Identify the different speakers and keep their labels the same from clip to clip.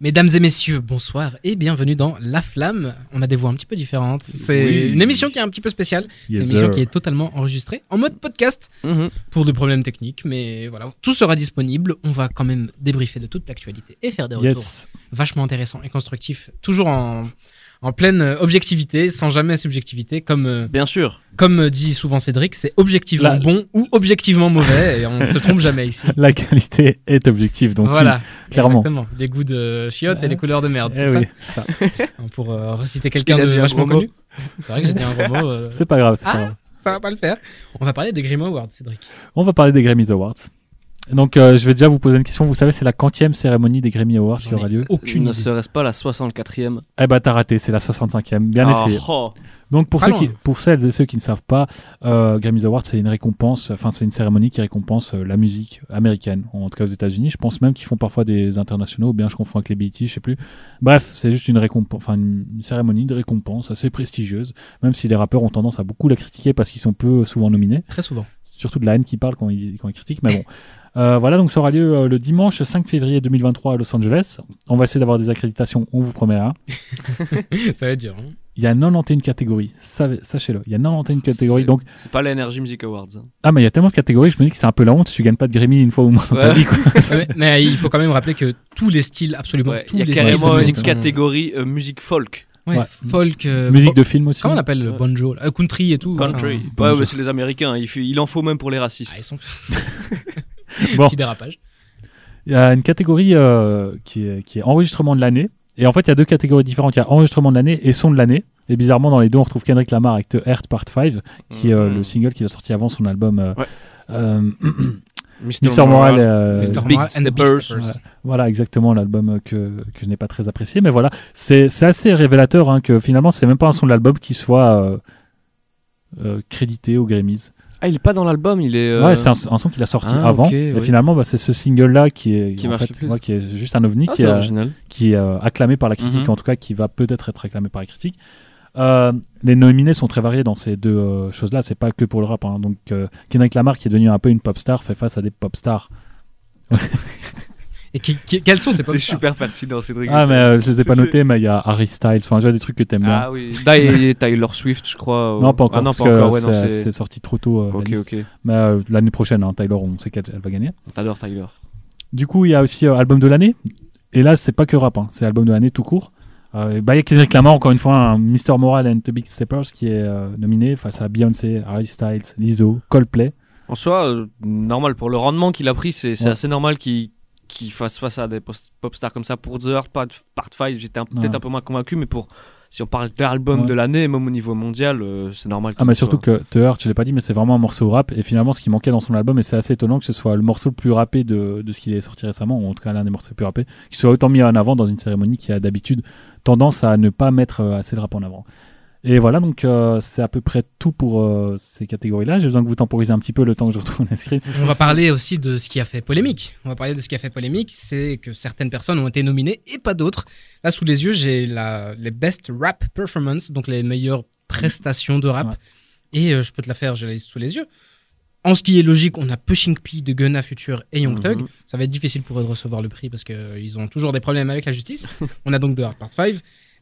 Speaker 1: Mesdames et messieurs, bonsoir et bienvenue dans La Flamme. On a des voix un petit peu différentes. C'est
Speaker 2: Oui.
Speaker 1: une émission qui est un petit peu spéciale.
Speaker 2: Yes,
Speaker 1: C'est une émission
Speaker 2: sir.
Speaker 1: qui est totalement enregistrée en mode podcast
Speaker 2: Mhm.
Speaker 1: pour des problèmes techniques, mais voilà, tout sera disponible. On va quand même débriefer de toute l'actualité et faire des retours
Speaker 2: Yes.
Speaker 1: vachement intéressants et constructifs, toujours en, en pleine euh, objectivité, sans jamais subjectivité, comme euh,
Speaker 3: Bien sûr.
Speaker 1: comme euh, dit souvent Cédric, c'est objectivement
Speaker 2: Là-
Speaker 1: bon ou objectivement mauvais et on se trompe jamais ici.
Speaker 2: La qualité est objective, donc
Speaker 1: voilà,
Speaker 2: clairement.
Speaker 1: Exactement. Les goûts de chiottes et les couleurs de merde,
Speaker 2: oui.
Speaker 1: c'est
Speaker 2: Eh
Speaker 1: ça
Speaker 2: oui,
Speaker 1: Hein, Pour euh, reciter quelqu'un
Speaker 3: Il a
Speaker 1: de
Speaker 3: dit un
Speaker 1: vachement
Speaker 3: gros mot.
Speaker 1: connu. C'est vrai que j'ai dit un gros mot. euh,
Speaker 2: c'est pas grave, c'est
Speaker 1: Ah.
Speaker 2: pas grave.
Speaker 1: ça va pas le faire. On va parler des Grimm Awards, Cédric.
Speaker 2: On va parler des Grammy Awards. Donc, euh, je vais déjà vous poser une question. Vous savez, c'est la quantième cérémonie des Grammy Awards
Speaker 1: J'en
Speaker 2: qui
Speaker 1: ai
Speaker 2: aura lieu.
Speaker 1: Aucune
Speaker 3: ne
Speaker 1: idée.
Speaker 3: serait-ce pas la 64e
Speaker 2: Eh bah, t'as raté, c'est la 65e. Bien
Speaker 3: Oh,
Speaker 2: essayé.
Speaker 3: oh.
Speaker 2: Donc, pour,
Speaker 1: Pas
Speaker 2: ceux
Speaker 1: loin.
Speaker 2: qui, pour celles et ceux qui ne savent pas, euh, Grammy Awards, c'est une récompense, enfin, c'est une cérémonie qui récompense euh, la musique américaine, en tout cas aux États-Unis. Je pense même qu'ils font parfois des internationaux, ou bien je confonds avec les BET, je sais plus. Bref, c'est juste une, récompense, enfin, une une cérémonie de récompense assez prestigieuse, même si les rappeurs ont tendance à beaucoup la critiquer parce qu'ils sont peu souvent nominés.
Speaker 1: Très souvent.
Speaker 2: C'est surtout de la haine qui parle quand ils, quand ils critiquent, mais bon. Euh, voilà, donc ça aura lieu euh, le dimanche 5 février 2023 à Los Angeles. On va essayer d'avoir des accréditations, on vous promet hein. rien.
Speaker 1: ça va être dur. hein.
Speaker 2: Il y a 91 catégories, Savez- sachez-le. Il y a 91 catégories,
Speaker 3: C'est-
Speaker 2: donc...
Speaker 3: C'est pas la Energy Music Awards. hein.
Speaker 2: Ah, mais il y a tellement de catégories, je me dis que c'est un peu la honte si tu gagnes pas de Grammy une fois au moins dans ta
Speaker 3: Ouais.
Speaker 2: vie, quoi.
Speaker 1: Ouais, mais, mais il faut quand même rappeler que tous les styles, absolument
Speaker 3: Ouais,
Speaker 1: tous
Speaker 3: Il y a
Speaker 1: les styles
Speaker 2: de
Speaker 3: carrément une
Speaker 2: musique sont-
Speaker 3: catégorie euh, musique folk.
Speaker 1: Ouais,
Speaker 2: Ouais.
Speaker 1: folk. euh,
Speaker 2: Musique
Speaker 1: bo-
Speaker 2: de film aussi.
Speaker 1: Comment on appelle le banjo là Euh, Country et tout. enfin,
Speaker 3: Country.
Speaker 2: bon,
Speaker 3: ouais,
Speaker 2: je-
Speaker 3: mais c'est les Américains. Il, fait- il en faut même pour les racistes.
Speaker 1: ah, ils sont.
Speaker 2: Bon.
Speaker 1: Petit dérapage.
Speaker 2: Il y a une catégorie euh, qui, est, qui est enregistrement de l'année. Et en fait, il y a deux catégories différentes. Il y a enregistrement de l'année et son de l'année. Et bizarrement, dans les deux, on retrouve Kendrick Lamar avec The Heart Part 5, qui est euh,
Speaker 3: Mhm.
Speaker 2: le single qu'il a sorti avant son album. euh,
Speaker 3: Ouais.
Speaker 2: euh,
Speaker 3: Mr.
Speaker 2: Mr. Moral. euh,
Speaker 1: Mr.
Speaker 3: Big
Speaker 1: Moral and the Big
Speaker 3: Steppers.
Speaker 1: Steppers.
Speaker 2: Ouais. Voilà, exactement, l'album euh, que, que je n'ai pas très apprécié. Mais voilà, c'est c'est assez révélateur hein, que finalement, c'est même pas un son de l'album qui soit euh, euh, crédité aux Grammys.
Speaker 3: Ah, il est pas dans l'album. Il est. euh,
Speaker 2: Ouais, c'est un, un son qu'il a sorti
Speaker 3: ah,
Speaker 2: avant.
Speaker 3: ok,
Speaker 2: et
Speaker 3: oui.
Speaker 2: finalement, bah, c'est ce single-là qui, est,
Speaker 3: Qui
Speaker 2: en
Speaker 3: marche
Speaker 2: fait,
Speaker 3: le plus.
Speaker 2: ouais, qui est juste un ovni
Speaker 3: Ah,
Speaker 2: qui,
Speaker 3: c'est
Speaker 2: a-
Speaker 3: original.
Speaker 2: qui est euh, acclamé par la critique,
Speaker 3: Mhm.
Speaker 2: en tout cas qui va peut-être être acclamé par la critique. Euh, les nominés sont très variés dans ces deux euh, choses-là, c'est pas que pour le rap. hein. Donc, euh, Kendrick Lamar, qui est devenu un peu une pop star, fait face à des pop stars.
Speaker 1: Et qui- qui- quelles sont ces pop
Speaker 3: T'es
Speaker 1: stars
Speaker 3: super pertinent, Cédric.
Speaker 2: Ah, mais euh, je les ai pas notés, mais il y a Harry Styles, enfin, j'ai des trucs que t'aimes bien.
Speaker 3: Ah oui. Dai et Tyler Swift, je crois. ou-
Speaker 2: Non, pas encore,
Speaker 3: Ah, non,
Speaker 2: parce
Speaker 3: pas
Speaker 2: que
Speaker 3: encore. Ouais, non,
Speaker 2: c'est-
Speaker 3: c'est-
Speaker 2: c'est sorti trop tôt. euh, la
Speaker 3: Ok,
Speaker 2: liste.
Speaker 3: ok.
Speaker 2: Mais euh, l'année prochaine, hein, Tyler, on sait qu'elle elle va gagner.
Speaker 3: On t'adore, Tyler.
Speaker 2: Du coup, il y a aussi euh, album de l'année. Et là, c'est pas que rap, hein, c'est album de l'année tout court. Euh, et bah, il y a Kendrick Lamar, encore une fois, un Mr. Moral and the Big Steppers qui est euh, nominé face à Beyoncé, Harry Styles, Lizzo, Coldplay.
Speaker 3: En soi, euh, normal. Pour le rendement qu'il a pris, c'est c'est
Speaker 2: Ouais.
Speaker 3: assez normal qu'il qu'il fasse face à des post- pop stars comme ça. Pour The Earth Part, Part 5, j'étais un- peut-être
Speaker 2: Ouais.
Speaker 3: un peu moins convaincu, mais pour si on parle d'album
Speaker 2: Ouais.
Speaker 3: de l'année, même au niveau mondial, euh, c'est normal.
Speaker 2: Ah, mais surtout que The Hurt, je l'ai pas dit, mais c'est vraiment un morceau rap. Et finalement, ce qui manquait dans son album, et c'est assez étonnant que ce soit le morceau le plus rappé de, de ce qu'il est sorti récemment, ou en tout cas l'un des morceaux les plus rappés, qui soit autant mis en avant dans une cérémonie qui a d'habitude tendance à ne pas mettre euh, assez le rap en avant. Et voilà, donc euh, c'est à peu près tout pour euh, ces catégories-là. J'ai besoin que vous temporisez un petit peu le temps que je retourne à screen.
Speaker 1: On va parler aussi de ce qui a fait polémique. On va parler de ce qui a fait polémique, c'est que certaines personnes ont été nominées et pas d'autres. Là, sous les yeux, j'ai la, les best rap performance, donc les meilleures prestations de rap.
Speaker 2: Ouais.
Speaker 1: Et euh, je peux te la faire, j'ai la liste sous les yeux. En ce qui est logique, on a Pushing P de Gunna Future et Young Thug.
Speaker 3: Mhm.
Speaker 1: Ça va être difficile pour eux de recevoir le prix parce qu'ils ont toujours des problèmes avec la justice. on a donc The Hard Part 5.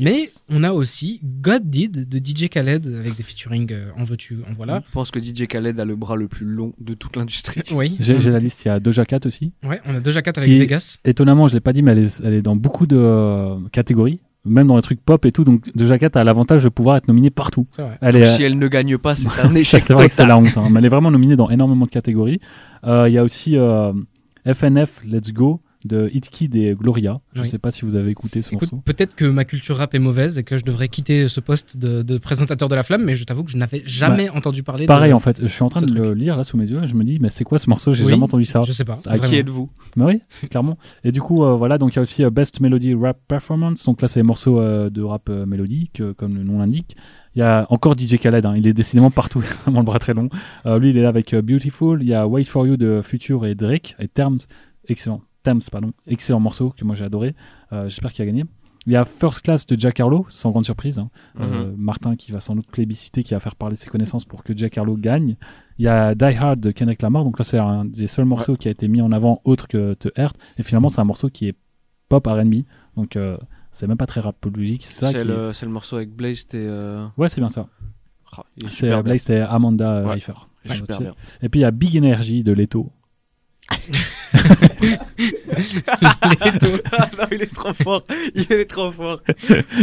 Speaker 1: Mais on a aussi God Did de DJ Khaled avec des featuring euh, en veux-tu, en voilà.
Speaker 3: Je pense que DJ Khaled a le bras le plus long de toute l'industrie.
Speaker 1: Oui,
Speaker 2: J'ai
Speaker 1: on-
Speaker 2: j'ai la liste, il y a Doja Cat aussi.
Speaker 1: ouais, on a deux jaquettes avec
Speaker 2: Qui-
Speaker 1: Vegas.
Speaker 2: Étonnamment, je l'ai pas dit, mais elle est, elle est dans beaucoup de euh, catégories, même dans les trucs pop et tout. Donc Doja Cat a l'avantage de pouvoir être nominée partout.
Speaker 1: C'est vrai.
Speaker 2: Elle
Speaker 3: Donc,
Speaker 2: est,
Speaker 3: si elle ne gagne pas, c'est un
Speaker 2: euh, Ça,
Speaker 3: échec
Speaker 2: C'est vrai que c'est
Speaker 3: total.
Speaker 2: la honte. hein. Mais elle est vraiment nominée dans énormément de catégories. Euh, Il y a aussi euh, FNF Let's Go de Hitkid et Gloria. Je ne
Speaker 1: Oui.
Speaker 2: sais pas si vous avez écouté ce
Speaker 1: Écoute,
Speaker 2: morceau.
Speaker 1: peut-être que ma culture rap est mauvaise et que je devrais quitter ce poste de, de présentateur de la flamme, mais je t'avoue que je n'avais jamais entendu parler
Speaker 2: Pareil
Speaker 1: de...
Speaker 2: en fait, je suis en train
Speaker 1: ce
Speaker 2: de le
Speaker 1: truc.
Speaker 2: lire là sous mes yeux et je me dis mais c'est quoi ce morceau J'ai
Speaker 1: Oui.
Speaker 2: jamais entendu ça.
Speaker 1: Je sais pas.
Speaker 2: Ah,
Speaker 1: vraiment.
Speaker 3: Qui êtes-vous
Speaker 2: Mais oui, clairement. Et du coup euh, voilà donc il y a aussi euh, Best Melody Rap Performance. Donc là c'est les morceaux euh, de rap euh, mélodique euh, comme le nom l'indique. Il y a encore DJ Khaled, hein. il est décidément partout, vraiment le bras très long. Euh, lui il est là avec euh, Beautiful. Il y a Wait for You de Future et Drake et Terms. excellent Thames, pardon, excellent morceau que moi j'ai adoré. Euh, J'espère qu'il a gagné. Il y a First Class de Jack Harlow, sans grande surprise. hein. Euh,
Speaker 3: Mhm.
Speaker 2: Martin qui va sans doute plébisciter, qui va faire parler ses connaissances pour que Jack Harlow gagne. Il y a Die Hard de Kendrick Lamar, donc là c'est un des seuls morceaux qui a été mis en avant autre que The Hurt. Et finalement c'est un morceau qui est pop RB, Donc euh, c'est même pas très rapologique. C'est ça
Speaker 3: C'est
Speaker 2: qui-
Speaker 3: le, c'est le morceau avec Blaze, t'es. euh,
Speaker 2: Ouais, c'est bien ça.
Speaker 3: ah, il est
Speaker 2: C'est
Speaker 3: super
Speaker 2: euh, Blaze, c'était Amanda euh,
Speaker 3: Ouais.
Speaker 2: Reifer.
Speaker 3: bien. Il est super
Speaker 2: Ouais.
Speaker 3: bien.
Speaker 2: Et puis il y a Big Energy de Leto.
Speaker 3: Ah non, il est trop fort. Il est trop fort.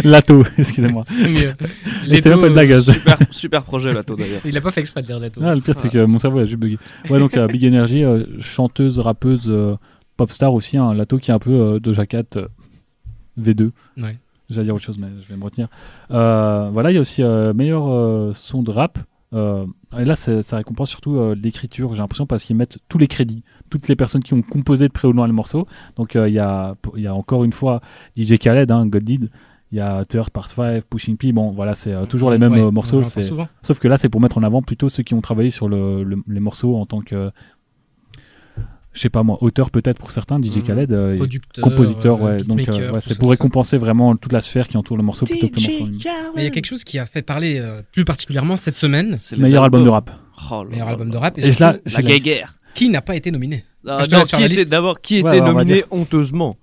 Speaker 2: Lato, excusez-moi.
Speaker 1: C'est mieux. euh,
Speaker 2: Mais c'est même pas une blague. ça.
Speaker 3: Super, super projet, là, toi, d'ailleurs.
Speaker 1: Il a pas fait exprès de lire Leto.
Speaker 2: Ah, le pire, c'est que mon cerveau a juste bugué. Ouais, donc euh, Big Energy, euh, chanteuse, rappeuse, euh, pop star aussi, hein, Lato qui est un peu euh, Doja Cat euh, V2.
Speaker 1: Ouais.
Speaker 2: J'allais dire autre chose, mais je vais me retenir. Euh, voilà, il y a aussi euh, meilleur euh, son de rap. Euh, et là, c'est- ça récompense surtout euh, l'écriture, j'ai l'impression, parce qu'ils mettent tous les crédits, toutes les personnes qui ont composé de près ou de loin le morceau. Donc, euh, il y, a, il y a encore une fois DJ Khaled, hein, God Did, il y a Third Part 5, Pushing P. Bon, voilà, c'est euh, toujours les mêmes
Speaker 1: Ouais,
Speaker 2: euh,
Speaker 1: on
Speaker 2: morceaux.
Speaker 1: en entend
Speaker 2: c'est-
Speaker 1: souvent.
Speaker 2: Sauf que là, c'est pour mettre en avant plutôt ceux qui ont travaillé sur le- le- les morceaux en tant que, je sais pas moi, auteur peut-être pour certains, DJ
Speaker 3: Mhm.
Speaker 2: Khaled, euh, et
Speaker 1: Producteur,
Speaker 2: compositeur,
Speaker 1: euh,
Speaker 2: ouais. Donc euh,
Speaker 1: beatmaker,
Speaker 2: ouais,
Speaker 1: tout
Speaker 2: c'est
Speaker 1: ça,
Speaker 2: pour
Speaker 1: tout ça.
Speaker 2: récompenser vraiment toute la sphère qui entoure le morceau plutôt que le morceau. lui-même.
Speaker 1: Mais il y a quelque chose qui a fait parler euh, plus particulièrement cette semaine,
Speaker 3: C'est les
Speaker 2: Meilleur album de
Speaker 3: albums.
Speaker 2: rap.
Speaker 3: Oh là
Speaker 1: meilleur
Speaker 3: là
Speaker 1: album de
Speaker 3: là.
Speaker 1: rap, et,
Speaker 2: Et
Speaker 1: surtout,
Speaker 2: là,
Speaker 3: La guéguerre.
Speaker 1: qui n'a pas été nominé
Speaker 3: Ah,
Speaker 1: Je te
Speaker 3: non,
Speaker 1: laisse faire
Speaker 3: qui
Speaker 1: la
Speaker 3: était
Speaker 1: liste.
Speaker 3: d'abord qui
Speaker 2: Ouais,
Speaker 3: était
Speaker 2: ouais, on va
Speaker 3: nominé honteusement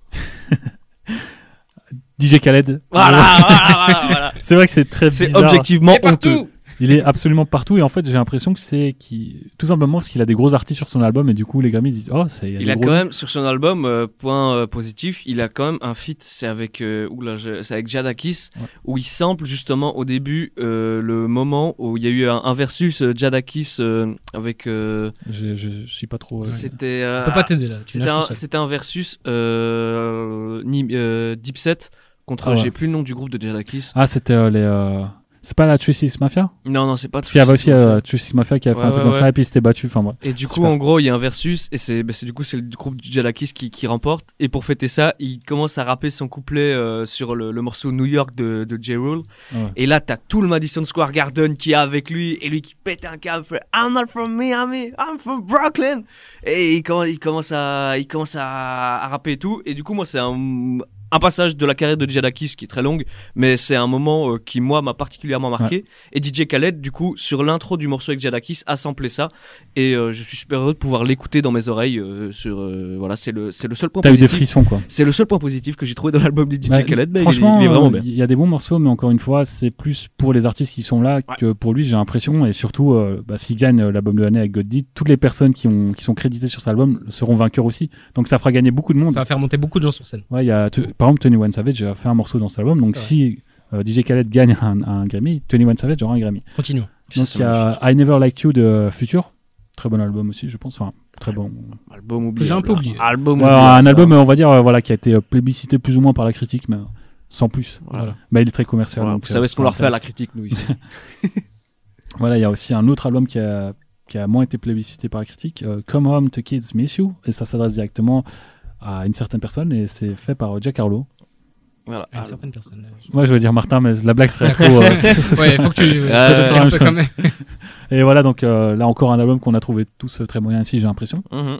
Speaker 2: DJ Khaled.
Speaker 3: Voilà, voilà, voilà, voilà.
Speaker 2: C'est vrai que c'est très
Speaker 3: C'est
Speaker 2: Mmh. bizarre.
Speaker 3: objectivement
Speaker 1: Et
Speaker 3: honteux.
Speaker 1: partout
Speaker 2: Il est absolument partout et en fait j'ai l'impression que c'est qui tout simplement parce qu'il a des gros artistes sur son album et du coup les Grammys disent oh c'est
Speaker 3: Il
Speaker 2: des
Speaker 3: a
Speaker 2: gros-
Speaker 3: quand même sur son album euh, point euh, positif, il a quand même un feat, c'est avec euh, oula, je- c'est avec Jadakis
Speaker 2: Ouais.
Speaker 3: où il sample justement au début euh, le moment où il y a eu un, un versus euh, Jadakis euh, avec euh,
Speaker 2: je, je, je suis pas trop euh,
Speaker 3: c'était euh,
Speaker 1: On peut pas t'aider là. tu
Speaker 3: c'était
Speaker 1: nages
Speaker 3: un,
Speaker 1: tout seul.
Speaker 3: c'était un versus euh, Ni- euh, Dipset contre
Speaker 2: Ah ouais.
Speaker 3: j'ai plus le nom du groupe de Jadakis.
Speaker 2: ah c'était euh, les euh, c'est pas la Three Six Mafia
Speaker 3: Non non, c'est pas
Speaker 2: Parce qu'il y avait aussi
Speaker 3: tout à fait.
Speaker 2: euh, Three Six Mafia qui a fait
Speaker 3: Ouais,
Speaker 2: un truc
Speaker 3: ouais,
Speaker 2: comme
Speaker 3: ouais.
Speaker 2: ça et puis il s'était battu enfin bref.
Speaker 3: Et du
Speaker 2: C'est
Speaker 3: coup,
Speaker 2: super.
Speaker 3: en gros, il y a un versus, et c'est bah, c'est- du coup c'est le groupe du Jalakis qui, qui remporte. Et pour fêter ça, il commence à rapper son couplet euh, sur le, le morceau New York de, de J. Rule.
Speaker 2: Ah Ouais.
Speaker 3: Et là, t'as tout le Madison Square Garden qui est avec lui, et lui qui pète un câble, fait I'm not from Miami, I'm from Brooklyn. Et il, commen- il commence à, il commence à, à rapper et tout. Et du coup, moi, c'est un, un passage de la carrière de Jadakis qui est très longue, mais c'est un moment euh, qui, moi, m'a particulièrement marqué. Et DJ Khaled, du coup, sur l'intro du morceau avec Jadakis, a samplé ça. Et euh, je suis super heureux de pouvoir l'écouter dans mes oreilles. euh, sur, euh, voilà, c'est le, c'est le seul point
Speaker 2: T'as eu des
Speaker 3: positif.
Speaker 2: frissons quoi.
Speaker 3: C'est le seul point positif que j'ai trouvé dans l'album de DJ
Speaker 2: Bah,
Speaker 3: Khaled. mais il est-
Speaker 2: franchement,
Speaker 3: il est, vraiment
Speaker 2: euh,
Speaker 3: bien.
Speaker 2: il y a des bons morceaux, mais encore une fois, c'est plus pour les artistes qui sont là que pour lui, j'ai l'impression. Et surtout, euh, bah, s'il gagne euh, l'album de l'année avec God Did, toutes les personnes qui, ont, qui sont créditées sur cet album seront vainqueurs aussi. Donc ça fera gagner beaucoup de monde.
Speaker 1: Ça va faire monter beaucoup de gens sur scène.
Speaker 2: Ouais, il y a, tu- par exemple, Tony One Savage a fait un morceau dans cet album. Donc
Speaker 1: Ouais.
Speaker 2: si euh, DJ Khaled gagne un, un Grammy, Tony One Savage aura un Grammy.
Speaker 1: Continuons.
Speaker 3: Ça,
Speaker 2: Donc
Speaker 3: c'est
Speaker 2: il y a
Speaker 3: magnifique.
Speaker 2: I Never Liked You de Future. Très bon album aussi, je pense. Enfin, très bon.
Speaker 3: Album oublié.
Speaker 1: j'ai un peu oublié.
Speaker 3: Album
Speaker 2: Ouais,
Speaker 3: oublié.
Speaker 2: un album, euh, on va dire, euh, voilà, qui a été euh, plébiscité plus ou moins par la critique, mais euh, sans plus.
Speaker 3: Voilà.
Speaker 2: Bah, il est très commercial.
Speaker 3: Voilà,
Speaker 2: donc,
Speaker 3: vous
Speaker 2: euh,
Speaker 3: savez ce
Speaker 2: ça
Speaker 3: qu'on leur fait à la
Speaker 2: intéresse.
Speaker 3: critique, nous. ici.
Speaker 2: Voilà, il y a aussi un autre album qui a, qui a moins été plébiscité par la critique, euh, Come Home to Kids Miss You, et ça s'adresse directement à une certaine personne, et c'est fait par euh, Jack Harlow.
Speaker 3: voilà.
Speaker 1: À certaines personnes. là.
Speaker 2: Moi, je veux dire Martin, mais la blague serait trop. euh,
Speaker 1: Ouais, faut que tu.
Speaker 3: Ah,
Speaker 1: faut que tu
Speaker 3: ouais,
Speaker 1: t'en
Speaker 2: ouais,
Speaker 1: un
Speaker 2: ouais.
Speaker 1: peu quand même.
Speaker 2: et voilà, donc euh, là encore un album qu'on a trouvé tous euh, très moyen ici, j'ai l'impression.
Speaker 3: Mhm.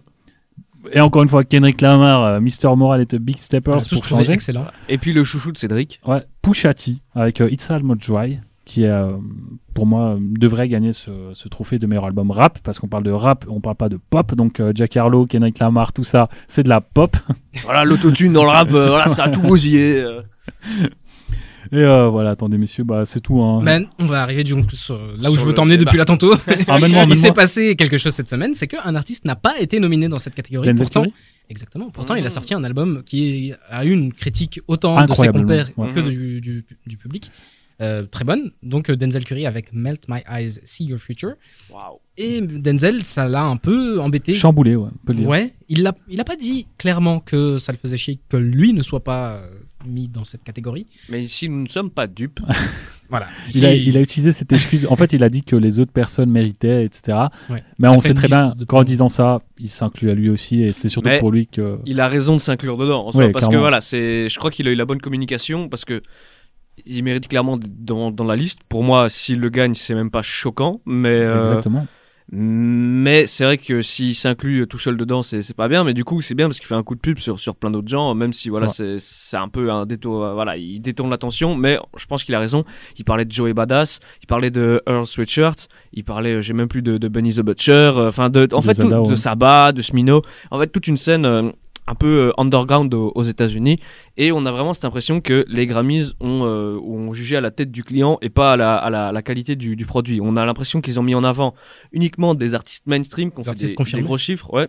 Speaker 2: Et encore une fois, Kendrick Lamar, euh, Mr. Moral et The Big Steppers
Speaker 1: On a tous
Speaker 2: pour
Speaker 1: trouvé
Speaker 2: changer.
Speaker 1: excellent.
Speaker 3: Et puis le chouchou de Cédric.
Speaker 2: Ouais, Pusha T avec euh, It's Almost Dry, qui euh, pour moi euh, devrait gagner ce, ce trophée de meilleur album rap, parce qu'on parle de rap, on parle pas de pop. Donc euh, Jack Harlow, Kendrick Lamar, tout ça, c'est de la pop.
Speaker 3: Voilà, l'autotune dans le rap, euh, voilà, ça a tout bousillé. euh.
Speaker 2: Et euh, voilà, attendez messieurs, bah, c'est tout. Hein.
Speaker 1: Man, on va arriver du coup sur- là où
Speaker 3: Sur
Speaker 1: je veux
Speaker 3: le
Speaker 1: t'emmener
Speaker 3: débat.
Speaker 1: depuis là tantôt.
Speaker 2: Ramène-moi,
Speaker 1: euh, Il s'est
Speaker 2: ramène-moi.
Speaker 1: passé quelque chose cette semaine, c'est qu'un artiste n'a pas été nominé dans cette catégorie.
Speaker 2: Denzel
Speaker 1: Pourtant,
Speaker 2: Curry
Speaker 1: Exactement. Pourtant, il a
Speaker 3: Mhm.
Speaker 1: sorti un album qui a eu une critique autant de ses
Speaker 2: Incroyablement,
Speaker 1: compères
Speaker 2: ouais.
Speaker 1: que
Speaker 3: Mhm.
Speaker 1: du, du- du public. Euh, très bonne. Donc, euh, Denzel Curry avec Melt My Eyes, See Your Future.
Speaker 3: Waouh.
Speaker 1: Et Denzel, ça l'a un peu embêté.
Speaker 2: Chamboulé, ouais, on peut le dire.
Speaker 1: Ouais, il l'a il a pas dit clairement que ça le faisait chier que lui ne soit pas euh, mis dans cette catégorie.
Speaker 3: Mais ici, nous ne sommes pas dupes.
Speaker 1: Voilà.
Speaker 2: Il, a,
Speaker 1: Ici,
Speaker 2: il a utilisé cette excuse. En fait, il a dit que les autres personnes méritaient, etc.
Speaker 1: Ouais.
Speaker 2: Mais
Speaker 1: Il
Speaker 2: on
Speaker 1: a fait
Speaker 2: sait
Speaker 1: une
Speaker 2: très
Speaker 1: liste
Speaker 2: bien
Speaker 1: de
Speaker 2: qu'en
Speaker 1: tout.
Speaker 2: disant ça, il s'inclut à lui aussi, et c'est surtout
Speaker 3: Mais-
Speaker 2: pour lui que.
Speaker 3: Il a raison de s'inclure dedans, en soi,
Speaker 2: euh, Ouais,
Speaker 3: parce que
Speaker 2: clairement.
Speaker 3: voilà, c'est, je crois qu'il a eu la bonne communication, parce que il mérite clairement d'être dans, dans la liste. Pour moi, s'il le gagne, c'est même pas choquant, mais euh,
Speaker 2: Exactement.
Speaker 3: mais c'est vrai que s'il s'inclut tout seul dedans, c'est c'est pas bien. Mais du coup, c'est bien parce qu'il fait un coup de pub sur sur plein d'autres gens, même si voilà, c'est c'est un peu un détour. euh, Voilà, il détourne l'attention, mais je pense qu'il a raison. Il parlait de Joey Badass, il parlait de Earl Sweatshirt, il parlait, euh, j'ai même plus de, de Benny the Butcher, euh, enfin de, en
Speaker 2: De
Speaker 3: fait, tout-
Speaker 2: Zada, ouais.
Speaker 3: de Saba, de Smino, en fait toute une scène. euh, un peu euh, underground aux, aux États-Unis. Et on a vraiment cette impression que les Grammys ont, euh, ont jugé à la tête du client et pas à la, à la, à la qualité du, du produit. On a l'impression qu'ils ont mis en avant uniquement des artistes mainstream qui ont
Speaker 1: Des
Speaker 3: fait
Speaker 1: artistes
Speaker 3: des,
Speaker 1: confirmés.
Speaker 3: des gros chiffres. Ouais.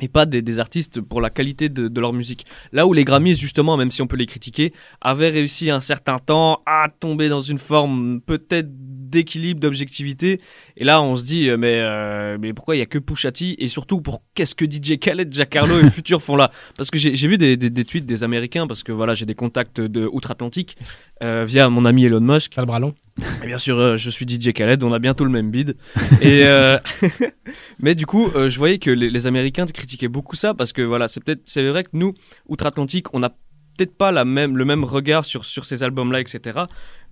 Speaker 3: Et pas des, des artistes pour la qualité de, de leur musique. Là où les Grammys, justement, même si on peut les critiquer, avaient réussi un certain temps à tomber dans une forme peut-être d'équilibre, d'objectivité, et là, on se dit, euh, mais, euh, mais pourquoi il n'y a que Pushati Et surtout, pour qu'est-ce que DJ Khaled, Jacarlo et Futur font là Parce que j'ai j'ai vu des, des- des tweets des Américains, parce que voilà, j'ai des contacts de outre-Atlantique euh, via mon ami Elon Musk.
Speaker 1: T'as le bras long.
Speaker 3: Et bien sûr, euh, je suis DJ Khaled, on a bientôt le même bid. Et euh, mais du coup, euh, je voyais que les, les Américains critiquaient beaucoup ça parce que voilà, c'est peut-être, c'est vrai que nous, outre-Atlantique, on n'a peut-être pas la même, le même regard sur, sur ces albums-là, etc.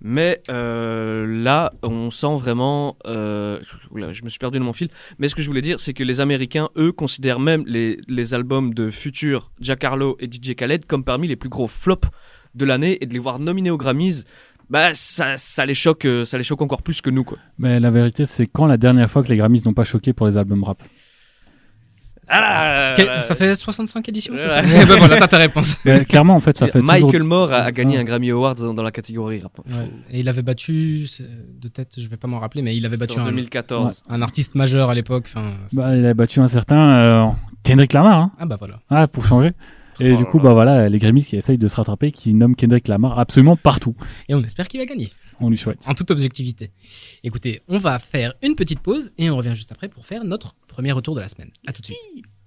Speaker 3: Mais euh, là, on sent vraiment. euh, oula, je me suis perdu de mon fil. Mais ce que je voulais dire, c'est que les Américains, eux, considèrent même les, les albums de Future, Giacarlo et DJ Khaled comme parmi les plus gros flops de l'année et de les voir nominés aux Grammys. Bah, ça, ça les choque, euh, ça les choque encore plus que nous, quoi.
Speaker 2: Mais la vérité, c'est quand la dernière fois que les Grammys n'ont pas choqué pour les albums rap
Speaker 3: Ah là,
Speaker 1: Que-
Speaker 3: là,
Speaker 1: ça fait 65 éditions, c'est
Speaker 3: Voilà.
Speaker 1: ça Eh ben voilà, t'as ta réponse.
Speaker 2: Mais euh, Clairement, en fait, ça fait
Speaker 3: Michael
Speaker 2: toujours...
Speaker 3: Moore a, a gagné
Speaker 1: Ah.
Speaker 2: Ouais.
Speaker 3: un Grammy Awards dans, dans la catégorie rap. hein.
Speaker 1: Et il avait battu, c'est- de tête, je vais pas m'en rappeler, mais il avait
Speaker 3: C'était
Speaker 1: battu
Speaker 3: en
Speaker 1: un,
Speaker 3: 2014.
Speaker 1: un artiste majeur à l'époque. enfin,
Speaker 2: Bah, il a battu un certain euh, Kendrick Lamar, hein.
Speaker 1: Ah bah voilà.
Speaker 2: ah, pour changer. Et
Speaker 3: Oh
Speaker 2: du
Speaker 3: là
Speaker 2: coup,
Speaker 3: là.
Speaker 2: bah voilà, les Grammys qui essayent de se rattraper, qui nomment Kendrick Lamar absolument partout.
Speaker 1: Et on espère qu'il va gagner,
Speaker 2: On lui souhaite.
Speaker 1: en toute objectivité. Écoutez, on va faire une petite pause et on revient juste après pour faire notre premier retour de la semaine. À tout de suite.